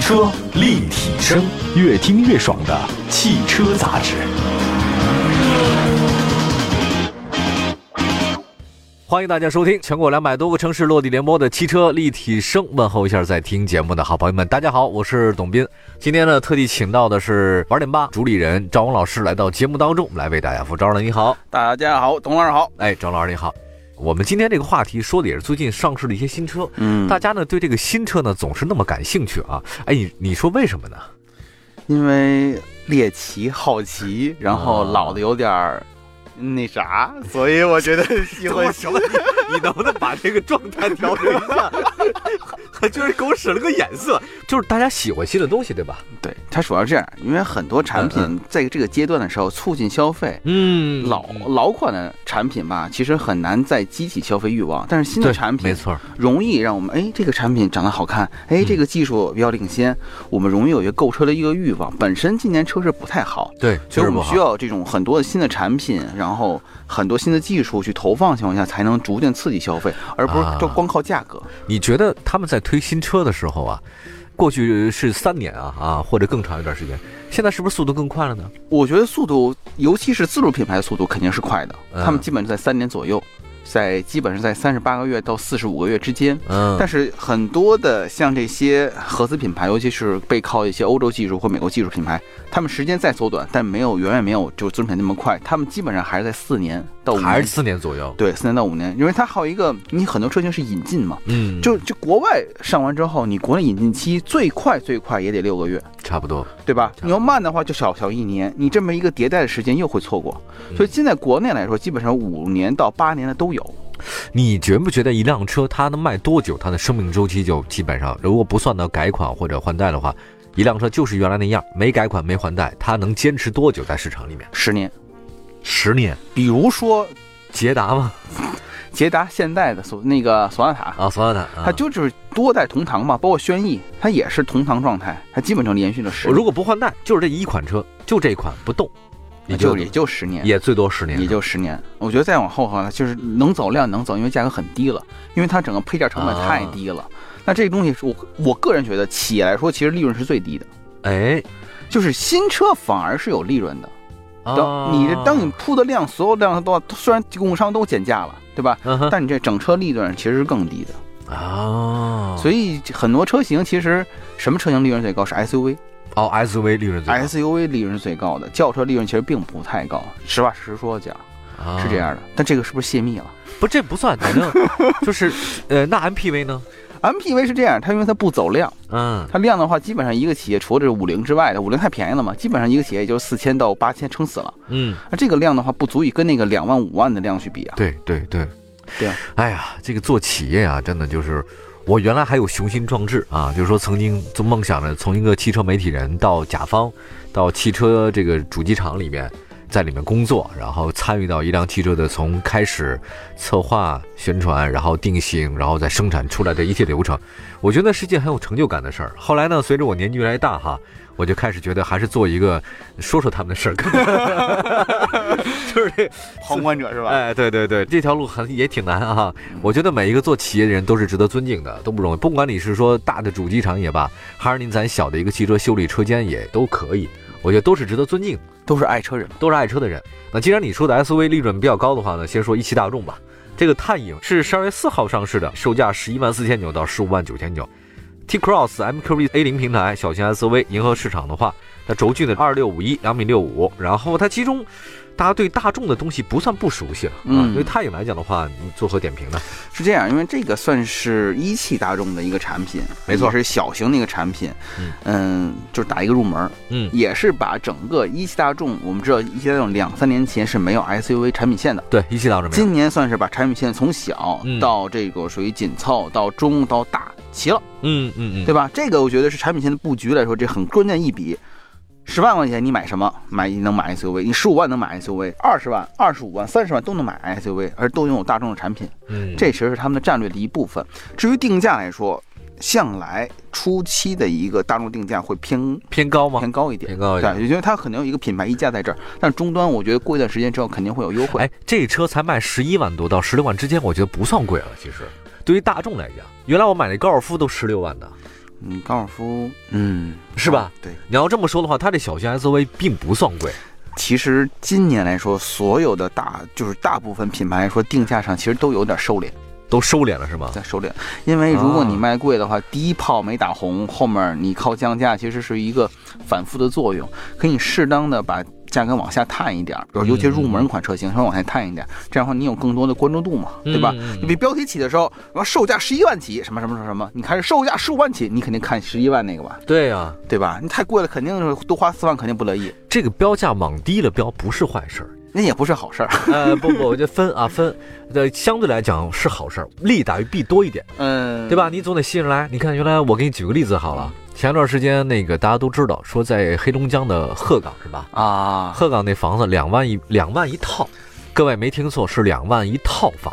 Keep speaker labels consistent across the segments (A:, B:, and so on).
A: 车立体声，越听越爽的汽车杂志。
B: 欢迎大家收听全国两百多个城市落地联播的汽车立体声，问候一下在听节目的好朋友们，大家好，我是董斌。今天呢，特地请到的是玩点吧主理人赵龙老师来到节目当中，来为大家服务。赵老师你好，
C: 大家好，董老师好。
B: 哎，赵老师你好。我们今天这个话题说的也是最近上市的一些新车，
C: 嗯
B: 大家呢对这个新车呢总是那么感兴趣啊。哎，你你说为什么呢？
C: 因为猎奇、好奇，然后
B: 啊
C: 老的有点儿那啥，所以我觉得喜欢
B: 什么？ 你你能不能把这个状态调整一下？ 就是给我使了个眼色，就是大家喜欢新的东西，对吧？
C: 对，它主要是这样，因为很多产
B: 嗯
C: 品在这个阶段的时候促进消费。
B: 嗯
C: 老老款的产品吧，其实很难再激起消费欲望，但是新的产
B: 没
C: 品
B: 错，
C: 容易让我们哎，这个产品长得好看，哎，这个技术比较领先，我们容易有一个购车的一个欲望。本身今年车市不太好，
B: 对，确实
C: 所以我
B: 不
C: 们
B: 好
C: 需。要这种很多的新的产品，然后很多新的技术去投放情况下，才能逐渐刺激消费，而不是
B: 啊
C: 就光靠价格。
B: 你觉得他们在推新车的时候啊，过去是三年啊啊，或者更长一段时间，现在是不是速度更快了呢？
C: 我觉得速度，尤其是自主品牌的速度肯定是快的，
B: 嗯
C: 他们基本在三年左右，在基本是在三十八个月到四十五个月之间。
B: 嗯
C: 但是很多的像这些合资品牌，尤其是背靠一些欧洲技术或美国技术品牌，他们时间再缩短，但没有远远没有就自主品牌那么快，他们基本上还是在四年到五
B: 还
C: 年
B: 是。四年左右。
C: 对，四年到五年，因为它还有一个，你很多车型是引进嘛，
B: 嗯，
C: 就就国外上完之后，你国内引进期最快最快也得六个月，
B: 差不多。
C: 对吧
B: 差不？多
C: 你要慢的话就少小一年，你这么一个迭代的时间又会错过。
B: 嗯
C: 所以现在国内来说，基本上五年到八年的都有。
B: 你觉不觉得一辆车它能卖多久，它的生命周期就基本上，如果不算到改款或者换代的话，一辆车就是原来那样，没改款没换代，它能坚持多久在市场里面？
C: 十年，
B: 十年？
C: 比如说
B: 捷达吗？
C: 捷达现代的索那个索纳塔，
B: 啊，索纳塔。啊
C: 它就是多代同堂嘛，包括轩逸，它也是同堂状态，它基本上连续了十
B: 我
C: 年，
B: 如果不换代，就是这一款车，就这一款不动，也
C: 啊就也就十年。
B: 也最多十年，
C: 也就十年。我觉得再往后哈，就是能走量能走，因为价格很低了，因为它整个配件成本太
B: 啊
C: 低了。那这个东西是我我个人觉得，企业来说其实利润是最低的，
B: 哎，
C: 就是新车反而是有利润的。
B: 啊
C: 当你的当你铺的量，所有量都虽然供应商都减价了，对吧？
B: 嗯哼
C: 但你这整车利润其实是更低的。
B: 啊，
C: 所以很多车型其实什么车型利润最高是 SUV，SUV
B: 哦，SUV 利润最高
C: 利润是最高的，轿车利润其实并不太高。实话实说讲
B: 啊
C: 是这样的，但这个是不是泄密了？
B: 不，这不算，反正就是呃，那 MPV 呢？
C: MPV 是这样，它因为它不走量，
B: 嗯，
C: 它量的话，基本上一个企业除了这五菱之外的，五菱太便宜了嘛，基本上一个企业也就四千到八千，撑死了。
B: 嗯，
C: 那这个量的话，不足以跟那个两万五万的量去比啊。
B: 对对对，
C: 对啊
B: 哎呀，这个做企业啊，真的就是。我原来还有雄心壮志啊，就是说曾经就梦想着从一个汽车媒体人到甲方，到汽车这个主机厂里面，在里面工作，然后参与到一辆汽车的从开始策划、宣传，然后定性，然后再生产出来的一切流程，我觉得是件很有成就感的事儿。后来呢，随着我年纪越来越大哈，我就开始觉得还是做一个说说他们的事儿更， 就是这
C: 旁观者是？
B: 哎，对对对，这条路很也挺难啊。我觉得每一个做企业的人都是值得尊敬的，都不容易。不管你是说大的主机厂也罢，还是您咱小的一个汽车修理车间也都可以，我觉得都是值得尊敬，
C: 都是爱车人。
B: 都是爱车的人。那既然你说的 SUV 利润比较高的话呢，先说一汽大众吧。这个探影是十二月四号上市的，售价十一万四千九到十五万九千九。T Cross MQB A 零平台小型 SUV 迎合市场的话，它轴距呢二六五一两米六五，然后它其中大家对大众的东西不算不熟悉了、啊。
C: 嗯
B: 对探影来讲的话，你作何点评呢？
C: 是这样，因为这个算是一汽大众的一个产品，
B: 没错
C: 也是小型的一个产品
B: 嗯。
C: 嗯，就是打一个入门，
B: 嗯，
C: 也是把整个一汽大众，我们知道一汽大众两三年前是没有 SUV 产品线的。
B: 对，一汽大众没有。
C: 今年算是把产品线从小
B: 嗯
C: 到这个属于紧凑到中到大齐了，
B: 嗯嗯嗯，
C: 对吧？这个我觉得是产品线的布局来说，这很关键一笔。十万块钱你买什么？买你能买 SUV，你十五万能买 SUV，二十万、二十五万、三十万都能买 SUV，而都拥有大众的产品，
B: 嗯
C: 这其实是他们的战略的一部分。至于定价来说，向来初期的一个大众定价会偏
B: 偏高吗？
C: 偏高一点
B: 偏，高一点。
C: 对，因为它可能有一个品牌溢价在这儿，但终端我觉得过一段时间之后肯定会有优惠。
B: 哎，这车才卖十一万多到十六万之间，我觉得不算贵了。其实，对于大众来讲，原来我买那高尔夫都十六万的，
C: 嗯，高尔夫，嗯，
B: 是吧？
C: 对，
B: 你要这么说的话，它这小型 SUV 并不算贵，
C: 其实今年来说，所有的大就是大部分品牌来说，定价上其实都有点收敛，
B: 都收敛了是吗？
C: 在收敛。因为如果
B: 啊
C: 你卖贵的话，第一炮没打红，后面你靠降价其实是一个反复的作用，可以适当的把价格往下探一点儿，比如尤其入
B: 嗯
C: 门款车型，稍微往下探一点儿，这样的话你有更多的关注度嘛，对吧？
B: 嗯
C: 你比标题起的时候，然后售价十一万起，什么什么什么什么，你开始售价十五万起，你肯定看十一万那个吧，
B: 对呀、啊，
C: 对吧？你太贵了，肯定是多花四万肯定不乐意，
B: 这个标价往低了标不是坏事儿。
C: 那也不是好事儿。
B: 呃，不不，这分啊分，呃，相 对来讲是好事儿，利大于弊多一点，
C: 嗯，
B: 对吧？你总得吸引人来。你看，原来我给你举个例子好了，前一段时间那个大家都知道，说在黑龙江的鹤岗是吧？
C: 啊，
B: 鹤岗那房子两万一两万一套，各位没听错，是两万一套房，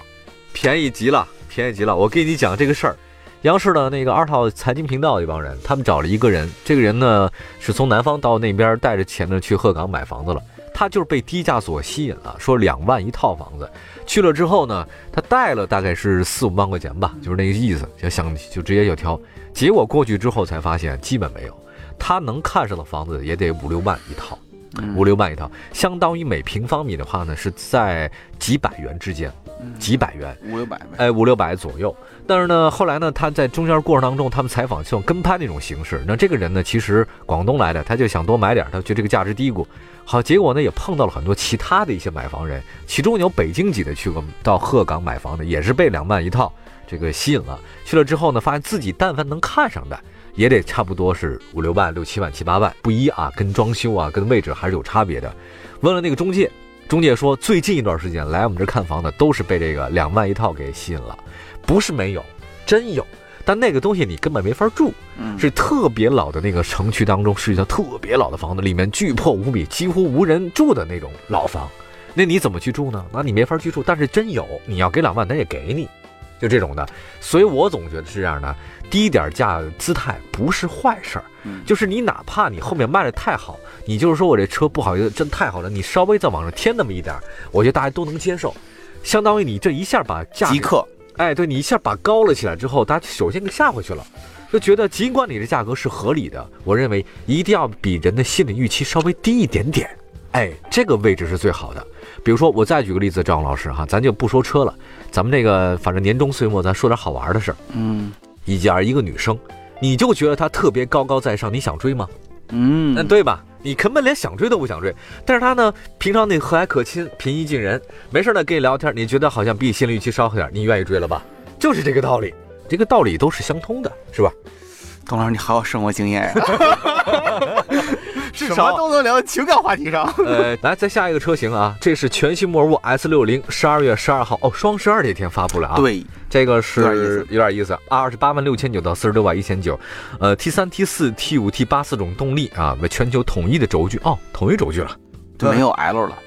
B: 便宜极了，便宜极了。我跟你讲这个事儿，央视的那个二套财经频道一帮人，他们找了一个人，这个人呢是从南方到那边带着钱呢去鹤岗买房子了。他就是被低价所吸引了，说两万一套房子，去了之后呢，他带了大概是四五万块钱吧，就是那个意思，就想就直接就挑，结果过去之后才发现基本没有，他能看上的房子也得五六万一套，
C: 嗯
B: 五六万一套，相当于每平方米的话呢，是在几百元之间，几百元，
C: 五六百呗。
B: 哎，五六百左右。但是呢，后来呢，他在中间过程当中，他们采访是用跟拍那种形式。那这个人呢，其实广东来的，他就想多买点，他觉得这个价值低估。好，结果呢，也碰到了很多其他的一些买房人，其中有北京籍的去过到鹤岗买房的，也是被两万一套这个吸引了。去了之后呢，发现自己但凡能看上的，也得差不多是五六万、六七万、七八万不一啊，跟装修啊、跟位置还是有差别的。问了那个中介，中介说最近一段时间来我们这儿看房的都是被这个两万一套给吸引了，不是没有，真有。但那个东西你根本没法住，
C: 嗯
B: 是特别老的那个城区当中，是一套特别老的房子，里面巨破无比，几乎无人住的那种老房。那你怎么去住呢？那你没法去住，但是真有，你要给两万，咱也给你，就这种的。所以我总觉得是这样的，低点价姿态不是坏事儿，
C: 嗯
B: 就是你哪怕你后面卖的太好，你就是说我这车不好意思，真太好了，你稍微再往上添那么一点儿，我觉得大家都能接受。相当于你这一下把价格
C: 极客，
B: 哎，对你一下把高了起来之后，大家首先给吓回去了，就觉得尽管你的价格是合理的，我认为一定要比人的心理预期稍微低一点点。哎，这个位置是最好的。比如说，我再举个例子，赵老师哈，咱就不说车了，咱们这个反正年终岁末，咱说点好玩的事儿。
C: 嗯
B: 一家一个女生，你就觉得她特别高高在上，你想追吗？
C: 嗯，
B: 嗯，，对吧？你根本连想追都不想追，但是他呢，平常那和蔼可亲、平易近人，没事儿呢跟你聊天，你觉得好像比你心理预期稍好点儿，你愿意追了吧？就是这个道理，这个道理都是相通的，是吧？
C: 董老师你好有生活经验呀，
B: 至
C: 什么都能聊情感话题上。
B: 呃，来再下一个车型啊，这是全新沃尔沃 S 六零，十二月十二号哦，双十二这天发布了啊。，
C: 对，
B: 这个是
C: 有点意思
B: 有点意思，二十八万六千九到四十六万一千九，呃，T 三、T 四、T 五、T 八四种动力啊，为全球统一的轴距哦，统一轴距了。
C: 就没有 L 了，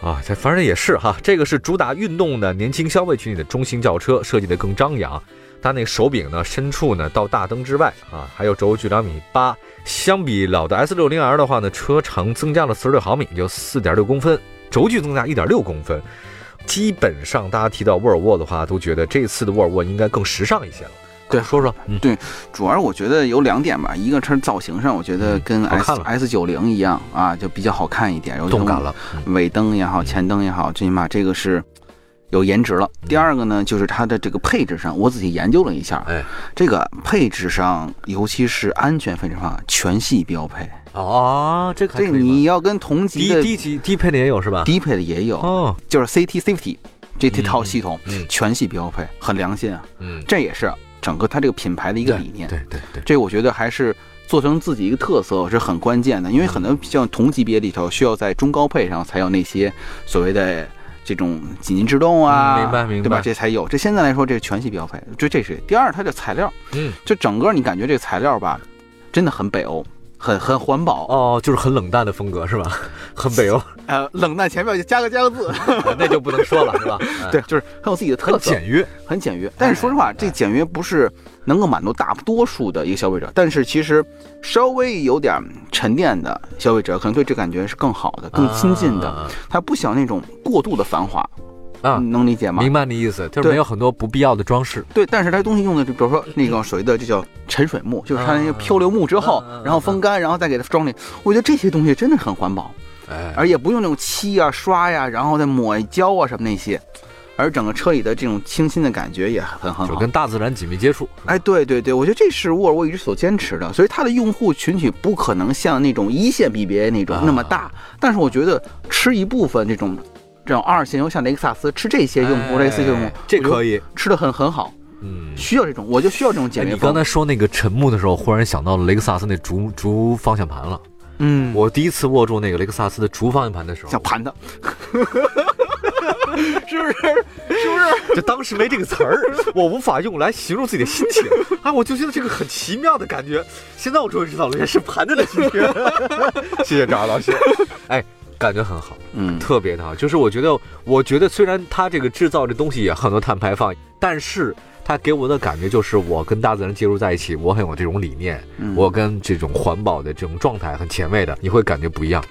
B: 啊，这反正也是哈，这个是主打运动的年轻消费群体的中型轿车，设计的更张扬。它那个手柄呢，深处呢到大灯之外啊，还有轴距两米八。相比老的 S 6 0 L 的话呢，车长增加了四十六毫米，就四点六公分，轴距增加一点六公分。基本上大家提到沃尔沃的话，都觉得这次的沃尔沃应该更时尚一些了。
C: 对
B: 说说，嗯，
C: 主要我觉得有两点吧，一个车造型上，我觉得跟
B: 嗯好
C: S
B: 看了
C: S 九零一样啊，就比较好看一点，有
B: 动感，了，
C: 尾灯也好，前灯也好，最起码这个是有颜值了。第二个呢，就是它的这个配置上，我仔细研究了一下，
B: 哎，
C: 这个配置上，尤其是安全配置上，全系标配。
B: 啊，这个还可
C: 哦这
B: 以吗
C: 你要跟同级
B: 低
C: 的
B: 低级低配的也有是吧？
C: 低配的也有，
B: 哦，
C: 就是 CT Safety 这这套
B: 嗯
C: 系统
B: 嗯
C: 全系标配，很良心啊！
B: 嗯，
C: 这也是整个它这个品牌的一
B: 一
C: 个理念。
B: 对对对，
C: 这我觉得还是做成自己一个特色是很关键的，因为很多像同级别里头需要在中高配上才有那些所谓的。这种紧急制动啊，
B: 嗯明白明白
C: 对吧？这才有，这现在来说，这是全系标配，就这是第二，它的材料，
B: 嗯。
C: 就整个你感觉这材料吧，真的很北欧，很很环保，
B: 哦，就是很冷淡的风格是吧？ 很北欧，
C: 呃，冷淡前面就加个加个 字，
B: 那就不能说 了是吧？哎
C: 对，，就是很有自己的特
B: 很
C: 色，
B: 简约。
C: 很简约。但是说实话，
B: 哎
C: 这简约不是能够满足大多数的一个消费者，但是其实稍微有点沉淀的消费者，可能对这感觉是更好的、更亲近的。
B: 啊
C: 他不想那种过度的繁华，
B: 啊
C: 你能理解吗？
B: 明白你意思，就是
C: 对
B: 没有很多不必要的装饰。
C: 对，但是它东西用的，就比如说那个所谓的就叫沉水木，就是它那个漂流木之后
B: 嗯嗯嗯，嗯
C: 然后风干，然后再给它装里。我觉得这些东西真的很环保，
B: 哎，
C: 而也不用那种漆啊、刷呀、然后再抹胶啊什么那些，而整个车里的这种清新的感觉也很很
B: 就
C: 好。
B: 跟大自然紧密接触。
C: 哎，对对对，我觉得这是沃尔沃一直所坚持的，所以它的用户群体不可能像那种一线 BBA 那种
B: 啊
C: 那么大，但是我觉得吃一部分这种这种二线，尤其像雷克萨斯吃这些用户，雷克斯用户
B: 哎，这可
C: 以
B: 以。
C: 吃的很很好，
B: 嗯，
C: 需要这种，我就需要这种
B: 哎，
C: 简约
B: 你
C: 风。
B: 刚才说那个沉木的时候，忽然想到了雷克萨斯那竹竹方向盘了。
C: 嗯，
B: 我第一次握住那个雷克萨斯的竹方向盘的时候
C: 想，盘它，
B: 就当时没这个词 儿，我无法用来形容自己的心情。哎，我就觉得这个很奇妙的感觉。现在我终于知道了，原来是盘着的心 情。谢谢张老师，哎，感觉很好，
C: 嗯，
B: 特别的好。就是我觉得，我觉得虽然它这个制造这东西也很多碳排放，但是它给我的感觉就是我跟大自然接触在一起，我很有这种理念，
C: 嗯
B: 我跟这种环保的这种状态很前卫的，你会感觉不一样。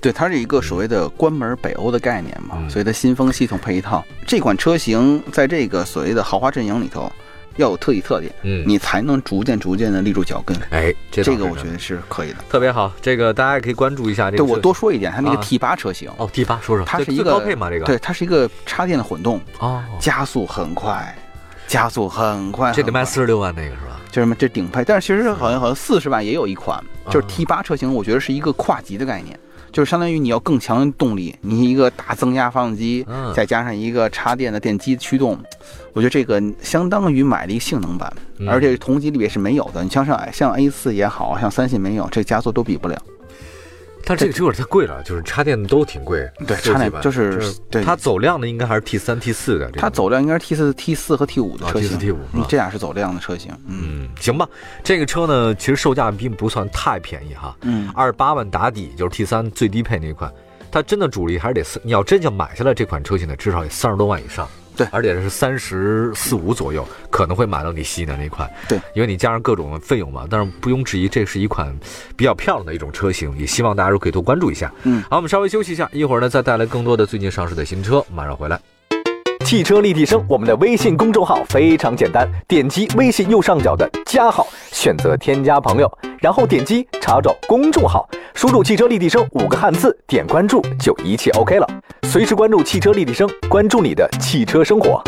C: 对，它是一个所谓的关门北欧的概念嘛，
B: 嗯
C: 所以它新风系统配一套。这款车型在这个所谓的豪华阵营里头，要有特异特点，
B: 嗯，
C: 你才能逐渐逐渐的立住脚跟。
B: 哎，这倒
C: 这
B: 是
C: 个我
B: 呢
C: 觉得是可以的。
B: 特别好，这个大家也可以关注一下这
C: 对，
B: 个。
C: 我多说一点，它那个
B: 啊
C: T 八车型，
B: 哦，第八说说，
C: 它
B: 这
C: 是一
B: 最
C: 个
B: 高配嘛，这个
C: 对，它是一个插电的混动，
B: 哦，
C: 加速很快，加速很快，
B: 这得卖
C: 很快
B: 四十嗯啊六万那个是吧？
C: 就是什么这顶配，但是其实好像好像四十万也有一款，就是 T 八车型，我觉得是一个跨级的概念，就是相当于你要更强的动力，你一个大增压发动机，
B: 嗯
C: 再加上一个插电的电机驱动，我觉得这个相当于买了一个性能版，
B: 嗯
C: 而且同级里也是没有的。你像上像 A 四也好像三系没有，这加速都比不了。
B: 但这个车有点太贵了，就是插电的都挺贵，
C: 对
B: 40
C: 插电
B: 万
C: 就是对
B: 它走量的应该还是 T 三、T 四的，这种
C: 它走量应该是 T 四、T 四和 T 五的
B: 啊
C: 车
B: T
C: 型
B: 四、T 五是吧
C: 嗯？这俩是走量的车型。嗯
B: 嗯，行吧，这个车呢，其实售价并不算太便宜哈，
C: 嗯，
B: 二十八万打底就是 T 三最低配那一款，它真的主力还是得四，你要真想买下来这款车型呢，至少也三十多万以上。
C: 对
B: 而且是三十四五左右，可能会买到你心仪的那款。
C: 对，
B: 因为你加上各种费用嘛，但是不庸置疑，这是一款比较漂亮的一种车型，也希望大家都可以多关注一下。
C: 嗯
B: 好，我们稍微休息一下，一会儿呢再带来更多的最近上市的新车，马上回来。
A: 汽车立体声，我们的微信公众号非常简单，点击微信右上角的加号，选择添加朋友，然后点击查找公众号，输入“汽车立体声”五个汉字，点关注就一切 OK 了。随时关注汽车立体声，关注你的汽车生活。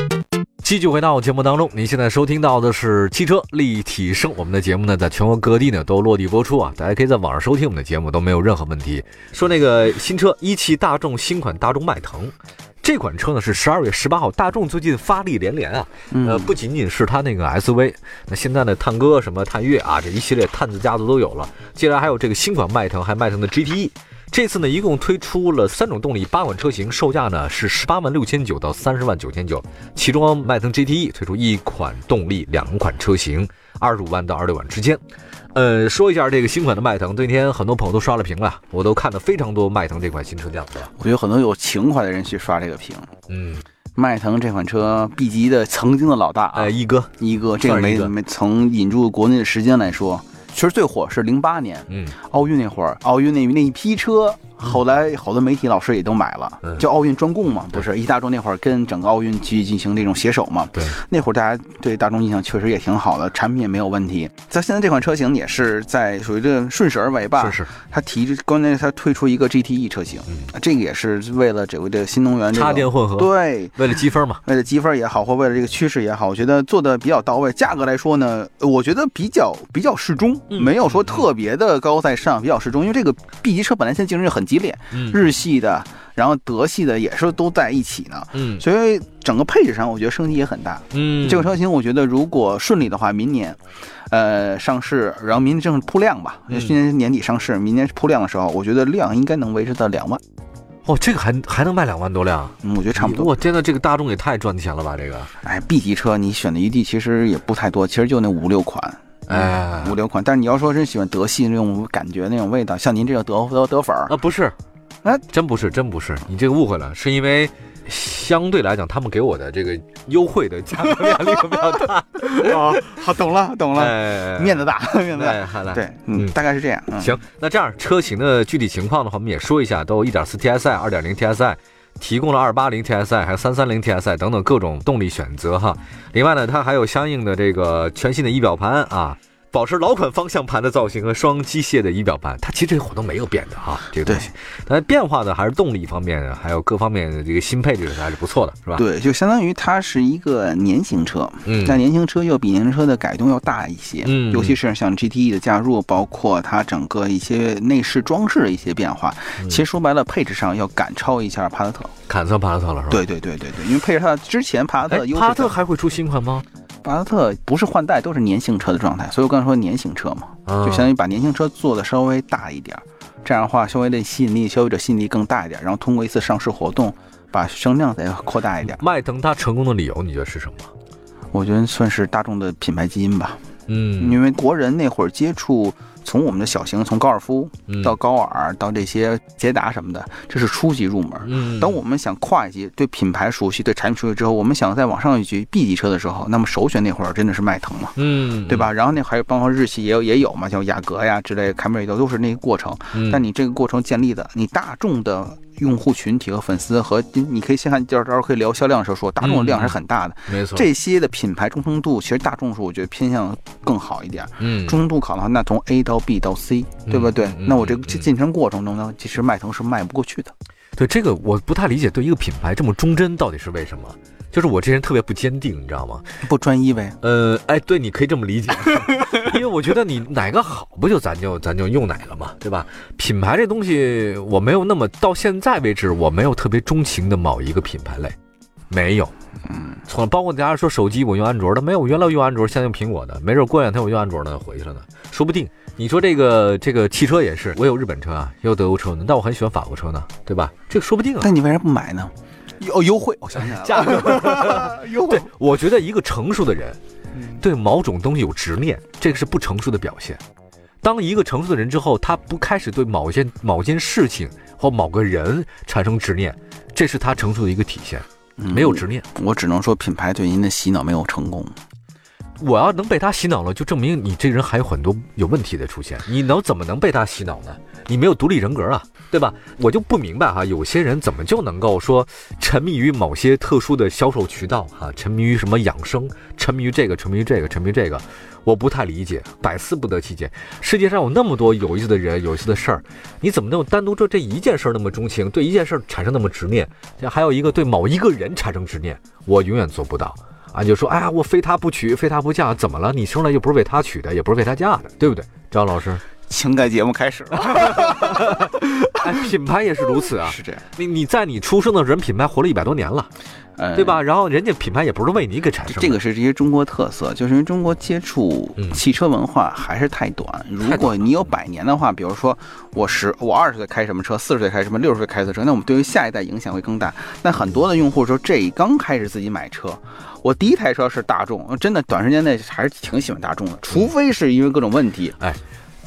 B: 继续回到节目当中，您现在收听到的是汽车立体声。我们的节目呢，在全国各地呢都落地播出啊，大家可以在网上收听我们的节目，都没有任何问题。说那个新车，一汽大众新款大众迈腾，这款车呢是十二月十八号，大众最近发力连连啊，呃，不仅仅是它那个 SUV，那现在呢，探戈什么探岳啊，这一系列探字家族都有了，接下来还有这个新款迈腾，还有迈腾的 GTE。这次呢，一共推出了三种动力，八款车型，售价呢是十八万六千九到三十万九千九，其中迈腾 GTE 推出一款动力，两款车型，二十五万到二十六万之间。呃，说一下这个新款的迈腾，那天很多朋友都刷了屏了，我都看了非常多迈腾这款新车样子了。
C: 我觉得很多有情怀的人去刷这个屏。
B: 嗯，
C: 迈腾这款车 B 级的曾经的老大啊，
B: 哎，一哥，
C: 一个这个
B: 算是一
C: 没
B: 个
C: 没从引入国内的时间来说，其实最火是零八年
B: 嗯，
C: 奥运那会儿，奥运那那一批车，后来好多媒体老师也都买了，
B: 嗯
C: 叫奥运专供嘛，不是一大众那会儿跟整个奥运去进行这种携手嘛，
B: 对，
C: 那会儿大家对大众印象确实也挺好的，产品也没有问题。在现在这款车型也是在属于这顺势而为吧，
B: 是是，
C: 它提关键是它推出一个 GTE 车型，这个也是为了整个这个新能源这个
B: 插电混合，
C: 对。
B: 为了积分嘛。
C: 为了积分也好，或为了这个趋势也好，我觉得做的比较到位。价格来说呢，我觉得比较比较适中，
B: 嗯
C: 没有说特别的高在上，比较适中。因为这个 B 级车本来现在竞争就很激烈，
B: 嗯
C: 日系的，然后德系的也是都在一起呢，
B: 嗯
C: 所以整个配置上我觉得升级也很大。
B: 嗯，
C: 这个车型我觉得如果顺利的话，明年，呃，上市，然后明年正式铺量吧，
B: 嗯
C: 今年年底上市，明年铺量的时候，我觉得量应该能维持在两万，
B: 哦，这个还还能卖两万多辆，啊
C: 嗯，我觉得差不多。
B: 哇，天呐，这个大众也太赚钱了吧！这个，
C: 哎，B 级车你选的余地其实也不太多，其实就那五六款，
B: 哎，
C: 五六款。但是你要说真喜欢德系那种感觉、那种味道，像您这个德德德 粉儿，
B: 啊，不是，
C: 哎
B: 真不是，真不是，你这个误会了，是因为相对来讲，他们给我的这个优惠的价格压力会比较大， 哦
C: 啊，好，懂了， 懂
B: 哎，
C: 嗯面子大， 面子大。
B: 哎，好了。
C: 对，嗯
B: 嗯，
C: 大概是这样。嗯，
B: 行，那这样车型的具体情况的话，我们也说一下，都有1.4 TSI、2.0 TSI，提供了二八零 TSI 还有三三零 TSI 等等各种动力选择哈。另外呢，它还有相应的这个全新的仪表盘啊，保持老款方向盘的造型和双机械的仪表盘，它其实这个活动没有变的哈，这个东西。但变化呢还是动力方面，还有各方面的这个新配置还是不错的，是吧？
C: 对，就相当于它是一个年型车，
B: 嗯
C: 但年型车又比年型车的改动要大一些，
B: 嗯
C: 尤其是像 GTE 的加入，包括它整个一些内饰装饰的一些变化，其实说白了，配置上要赶超一下帕萨特。
B: 砍算帕萨特了是吧？
C: 对对对对对，因为配置它之前帕萨特的
B: 哎，
C: 优势
B: 帕萨
C: 在
B: 特还会出新款吗？
C: 帕萨特不是换代，都是年型车的状态，所以我刚才说年型车嘛，
B: 啊
C: 就相当于把年型车做的稍微大一点儿，这样的话稍微的吸引力，消费者吸引力更大一点，然后通过一次上市活动，把声量再扩大一点，
B: 迈腾它成功的理由你觉得是什么？
C: 我觉得算是大众的品牌基因吧。
B: 嗯
C: 因为国人那会儿接触，从我们的小型，从高尔夫
B: 嗯
C: 到高尔，到这些捷达什么的，这是初级入门。
B: 嗯
C: 当我们想跨一级，对品牌熟悉，对产品熟悉之后，我们想再往上一级 B 级车的时候，那么首选那会儿真的是迈腾嘛，
B: 嗯
C: 对？吧？然后那还有包括日系也有也有嘛，像雅阁呀之类，凯美瑞都都是那个过程。
B: 嗯
C: 但你这个过程建立的，你大众的用户群体和粉丝和你你可以先看，到时候可以聊销量的时候说，大众的量还是很大的。
B: 嗯没错，
C: 这些的品牌忠诚度，其实大众是我觉得偏向更好一点。
B: 嗯
C: 忠诚度考的话，那从 A 到 B 到 C，对不对？
B: 嗯嗯
C: 那我这
B: 嗯
C: 个
B: 嗯
C: 进程过程中呢，其实迈腾是迈不过去的。
B: 对这个我不太理解，对一个品牌这么忠贞到底是为什么？就是我这人特别不坚定，你知道吗？
C: 不专一呗，
B: 呃，哎，对，你可以这么理解，因为我觉得你哪个好，不就咱就咱就用哪个嘛，对吧？品牌这东西，我没有那么到现在为止，我没有特别钟情的某一个品牌类，没有。
C: 嗯，
B: 从包括大家说手机我用安卓的，没有，我原来用安卓，现在用苹果的，没准过两天我用安卓呢回去了呢，说不定。你说这个这个汽车也是，我有日本车啊，也有德国车呢，但我很喜欢法国车呢，对吧？这个说不定啊。
C: 但你为啥不买呢？有优惠，我想 起来了，
B: 价格，
C: 优惠
B: 对，我觉得一个成熟的人
C: 嗯
B: 对某种东西有执念，这个是不成熟的表现。当一个成熟的人之后，他不开始对某件某件事情或某个人产生执念，这是他成熟的一个体现。
C: 嗯
B: 没有执念，
C: 我只能说品牌对您的洗脑没有成功。
B: 我要能被他洗脑了，就证明你这人还有很多有问题的出现。你能怎么能被他洗脑呢？你没有独立人格啊，对吧？我就不明白哈、有些人怎么就能够说沉迷于某些特殊的销售渠道哈、沉迷于什么养生，沉迷于这个，沉迷于这个，沉迷于这个，我不太理解，百思不得其解。世界上有那么多有意思的人，有意思的事儿，你怎么能单独对这一件事儿那么钟情，对一件事儿产生那么执念？还有一个对某一个人产生执念，我永远做不到。啊，你就说，哎呀，我非他不娶，非他不嫁，怎么了？你生来又不是为他娶的，也不是为他嫁的，对不对，张老 师？
C: 情感节目开始了，
B: 哎，品牌也是如此啊。
C: 是这样，
B: 你你在你出生的时候，人品牌活了一百多年了，
C: 呃
B: 对？吧？然后人家品牌也不是为你给产生的。
C: 这个是这些中国特色，就是因为中国接触
B: 嗯
C: 汽车文化还是太短。
B: 太
C: 如
B: 短
C: 果你有百年的话，比如说我十我二十岁开什么车，四十岁开什么，六十岁开什么车，那我们对于下一代影响会更大。那很多的用户说，这刚开始自己买车，我第一台车是大众，真的短时间内还是挺喜欢大众的，除非是因为各种问题。
B: 哎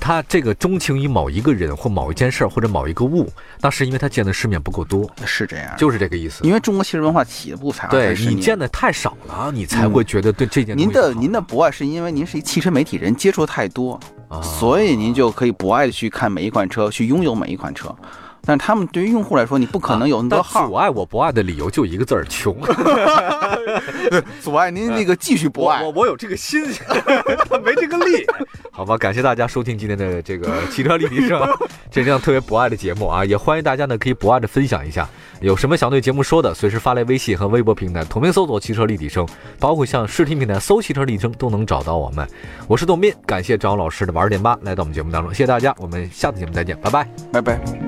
B: 他这个钟情于某一个人或某一件事儿或者某一个物，那是因为他见的世面不够多，
C: 是这样，
B: 就是这个意思。
C: 因为中国汽车文化起步才二
B: 对
C: 三十
B: 你
C: 年嗯
B: 见。的太少了，你才会觉得对这件东西
C: 您的
B: 好
C: 您的不爱是因为您是一汽车媒体人，接触太多，
B: 啊
C: 所以您就可以不爱的去看每一款车，去拥有每一款车。但是他们对于用户来说，你不可能有那么多
B: 啊但
C: 号
B: 阻碍我不爱的理由就一个字儿穷。
C: 阻碍您那个继续 不爱
B: 呃我我。我有这个心， 但没这个力。好吧，感谢大家收听今天的这个汽车立体声， 这这样特别不爱的节目啊，也欢迎大家呢可以不爱的分享一下，有什么想对节目说的，随时发来微信和微博平台，同名搜索“汽车立体声”，包括像视听平台搜“汽车立体声”都能找到我们。我是董斌，感谢张老师的玩点八来到我们节目当中，谢谢大家，我们下次节目再见，拜拜。
C: 拜拜。